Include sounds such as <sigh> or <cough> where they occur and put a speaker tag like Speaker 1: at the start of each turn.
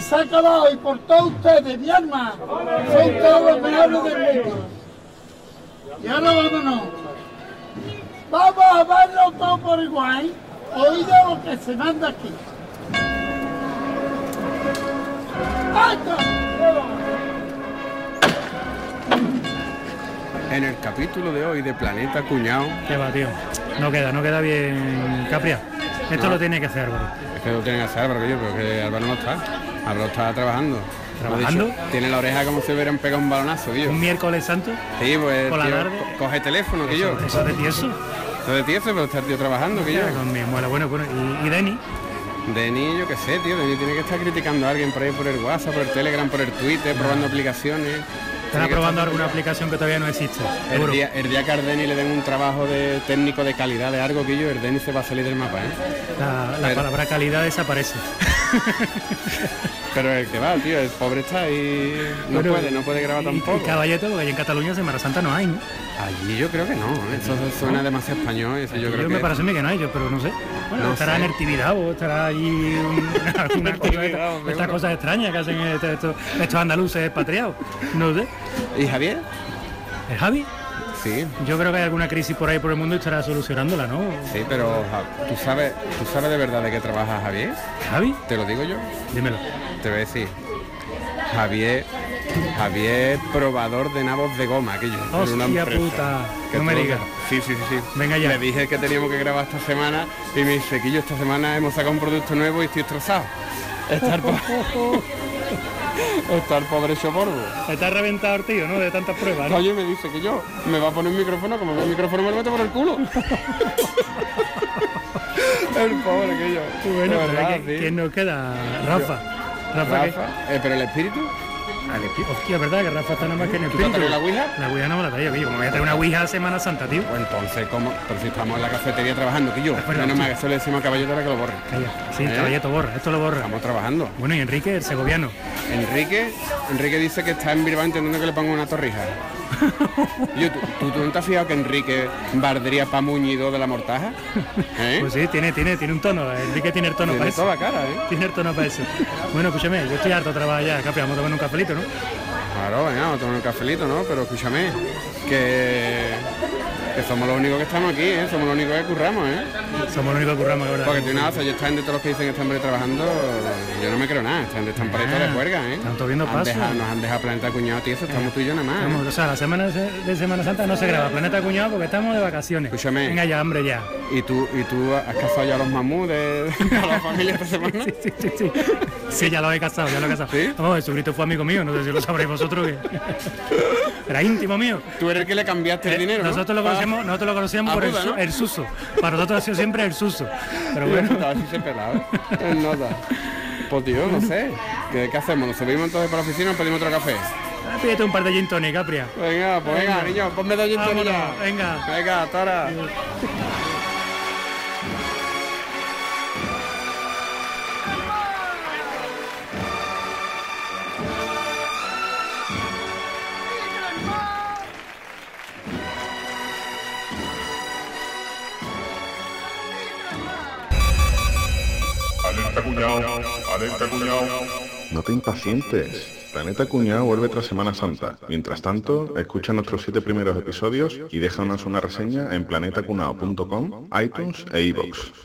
Speaker 1: sácala hoy por todos ustedes, mi alma. Son todos los mejores del mundo. Y ahora vámonos. Vamos a verlo todo por igual. Oído lo que se manda aquí. ¡Alto!
Speaker 2: En el capítulo de hoy de Planeta Cuñado,
Speaker 3: Qué va, tío. No queda, no queda bien Capria. Esto
Speaker 2: No.
Speaker 3: lo tiene que hacer Álvaro.
Speaker 2: es que lo tienen que hacer Álvaro, yo, pero que Álvaro no está. Álvaro está trabajando.
Speaker 3: ¿Trabajando?
Speaker 2: Como he dicho, tiene la oreja como si hubieran pegado un balonazo, tío.
Speaker 3: Un miércoles santo.
Speaker 2: Sí, pues
Speaker 3: por la
Speaker 2: tío,
Speaker 3: tarde.
Speaker 2: co- coge teléfono que yo.
Speaker 3: Eso de tieso.
Speaker 2: Todo de tieso, pero está el tío trabajando que yo.
Speaker 3: Con mi muela. Bueno, bueno. Y, y Deni,
Speaker 2: Denis, yo qué sé, tío. Denis tiene que estar criticando a alguien por ahí por el WhatsApp, por el Telegram, por el Twitter, probando aplicaciones.
Speaker 3: estará
Speaker 2: Tiene que
Speaker 3: probando
Speaker 2: estar- Eh,
Speaker 3: alguna aplicación que todavía no existe.
Speaker 2: El
Speaker 3: Seguro.
Speaker 2: día, el día que a Denis le den un trabajo de técnico de calidad de algo que yo, el Denis se va a salir del mapa, ¿eh?
Speaker 3: La, la
Speaker 2: Pero-
Speaker 3: palabra calidad desaparece.
Speaker 2: Pero el que va, tío, el pobre está y no
Speaker 3: Bueno,
Speaker 2: puede, no puede grabar
Speaker 3: y-
Speaker 2: <laughs>
Speaker 3: Y,
Speaker 2: tampoco.
Speaker 3: caballeto, porque allí en Cataluña Semana Santa no hay, ¿no?
Speaker 2: Allí yo creo que no, ¿eh? eso suena demasiado español, eso yo
Speaker 3: yo
Speaker 2: creo
Speaker 3: me
Speaker 2: que...
Speaker 3: parece a mí que no hay, yo, pero no sé. Bueno,
Speaker 2: No
Speaker 3: estará
Speaker 2: sé.
Speaker 3: en el Tibidabo, estará allí
Speaker 2: <laughs>
Speaker 3: un- alguna cosa de
Speaker 2: Tibidabo,
Speaker 3: estas- de estas
Speaker 2: seguro.
Speaker 3: cosas extrañas que hacen este- estos, estos andaluces expatriados. No sé.
Speaker 2: ¿Y Javier?
Speaker 3: ¿El Javi?
Speaker 2: Sí,
Speaker 3: Yo creo que hay alguna crisis por ahí por el mundo y estará solucionándola, ¿no?
Speaker 2: sí, pero Ja- ¿tú sabes, ¿tú sabes de verdad de qué trabaja Javier?
Speaker 3: ¿Javi?
Speaker 2: ¿Te lo digo yo?
Speaker 3: Dímelo.
Speaker 2: Te voy a decir. Javier, Javier probador de nabos de goma, aquello. en una
Speaker 3: Hostia
Speaker 2: empresa.
Speaker 3: puta,
Speaker 2: Que
Speaker 3: no me
Speaker 2: todo-
Speaker 3: digas.
Speaker 2: Sí, sí, sí, sí.
Speaker 3: Venga ya.
Speaker 2: Le dije que teníamos que grabar esta semana y me dice que yo esta semana hemos sacado un producto nuevo y estoy estresado. Estar pobre. <laughs> Estar pobre hecho polvo.
Speaker 3: Está reventado el tío, ¿no? De tantas pruebas, ¿no?
Speaker 2: Oye, me dice que yo me va a poner un micrófono, como que el micrófono me lo meto por el
Speaker 3: <laughs>
Speaker 2: culo. el pobre que yo.
Speaker 3: Tú, Bueno,
Speaker 2: De
Speaker 3: pero
Speaker 2: verdad,
Speaker 3: ¿quién-
Speaker 2: sí.
Speaker 3: ¿quién nos queda? Rafa. Rafa, ¿qué?
Speaker 2: Rafa, eh, pero el espíritu,
Speaker 3: Al espi- Hostia, ¿verdad? Que Rafa está nada más que en el
Speaker 2: ¿Tú te has
Speaker 3: espíritu.
Speaker 2: traído la ouija?
Speaker 3: La ouija no me la traigo, tío. Como voy a traer una ouija a Semana Santa, tío.
Speaker 2: pues entonces, ¿cómo? Pero si estamos en la cafetería trabajando, que yo.
Speaker 3: Es verdad,
Speaker 2: Menos mal
Speaker 3: tío.
Speaker 2: que eso le decimos a caballero para que lo borre.
Speaker 3: Calla. Sí,
Speaker 2: ¿Eh?
Speaker 3: caballeto borra, esto lo borra.
Speaker 2: Estamos trabajando.
Speaker 3: Bueno, y Enrique, el segoviano.
Speaker 2: Enrique, Enrique dice que está en Bilbao intentando que le ponga una
Speaker 3: <laughs>
Speaker 2: torrija. Yo, ¿tú, tú, tú no te has fijado que Enrique valdría pa' muñido de la mortaja? ¿Eh?
Speaker 3: Pues sí, tiene, tiene, tiene un tono. Enrique tiene el tono para
Speaker 2: Tiene
Speaker 3: eso.
Speaker 2: toda la cara, ¿eh?
Speaker 3: Tiene el tono para eso. Bueno, escúchame, yo estoy harto de trabajar ya, Capri, vamos a tomar un cafelito, ¿no?
Speaker 2: Claro, venga, vamos a tomar un cafelito, ¿no? Pero escúchame, que, que somos los únicos que estamos aquí, ¿eh? Somos los únicos que curramos, ¿eh?
Speaker 3: Somos los únicos que curramos ahora.
Speaker 2: Porque tú nada, o sea, yo están de todos los que dicen que están por ahí trabajando, yo no me creo nada, están de están por ahí todos de cuerga, ¿eh?
Speaker 3: Ah, están todos viendo
Speaker 2: Han
Speaker 3: paso.
Speaker 2: dejado- nos han dejado planeta cuñado, tío, eso estamos tú y yo nada más.
Speaker 3: Vamos,
Speaker 2: ¿eh?
Speaker 3: o sea, la semana de de Semana Santa no se graba Planeta Cuñado porque estamos de vacaciones.
Speaker 2: Escúchame.
Speaker 3: Venga ya, hombre, ya.
Speaker 2: Y tú, y tú has casado ya a los mamús de, a la familia esta semana.
Speaker 3: Sí, sí, sí. Sí, ya lo he casado, ya lo he casado.
Speaker 2: ¿Sí?
Speaker 3: Vamos, Jesucristo fue amigo mío, no sé si lo sabréis vosotros. que- Era íntimo mío.
Speaker 2: Tú eres el que le cambiaste el dinero. ¿no?
Speaker 3: Eh, Nosotros lo
Speaker 2: Pa- <laughs>
Speaker 3: conocemos, nosotros lo conocíamos
Speaker 2: a
Speaker 3: por el,
Speaker 2: Buda,
Speaker 3: su-
Speaker 2: Ah. ¿no?
Speaker 3: el suso. Para nosotros ha sido siempre el suso. Pero
Speaker 2: Bueno, <laughs>
Speaker 3: bueno,
Speaker 2: estaba así se pelaba. En nota. Pues tío, no sé. ¿Qué, qué hacemos? ¿Nos subimos entonces para la oficina o pedimos otro café?
Speaker 3: pídete un par de gin tonic, Capria.
Speaker 2: Venga, pues venga, niño, ponme dos
Speaker 3: Vámonos, Eh.
Speaker 2: gintonías.
Speaker 3: venga.
Speaker 2: Venga, hasta ahora.
Speaker 4: Alerta cuñado, alerta cuñado,
Speaker 5: No te impacientes. Planeta Cuñado vuelve tras Semana Santa. Mientras tanto, escucha nuestros siete primeros episodios y déjanos una reseña en planetacunao.com, iTunes e iVoox.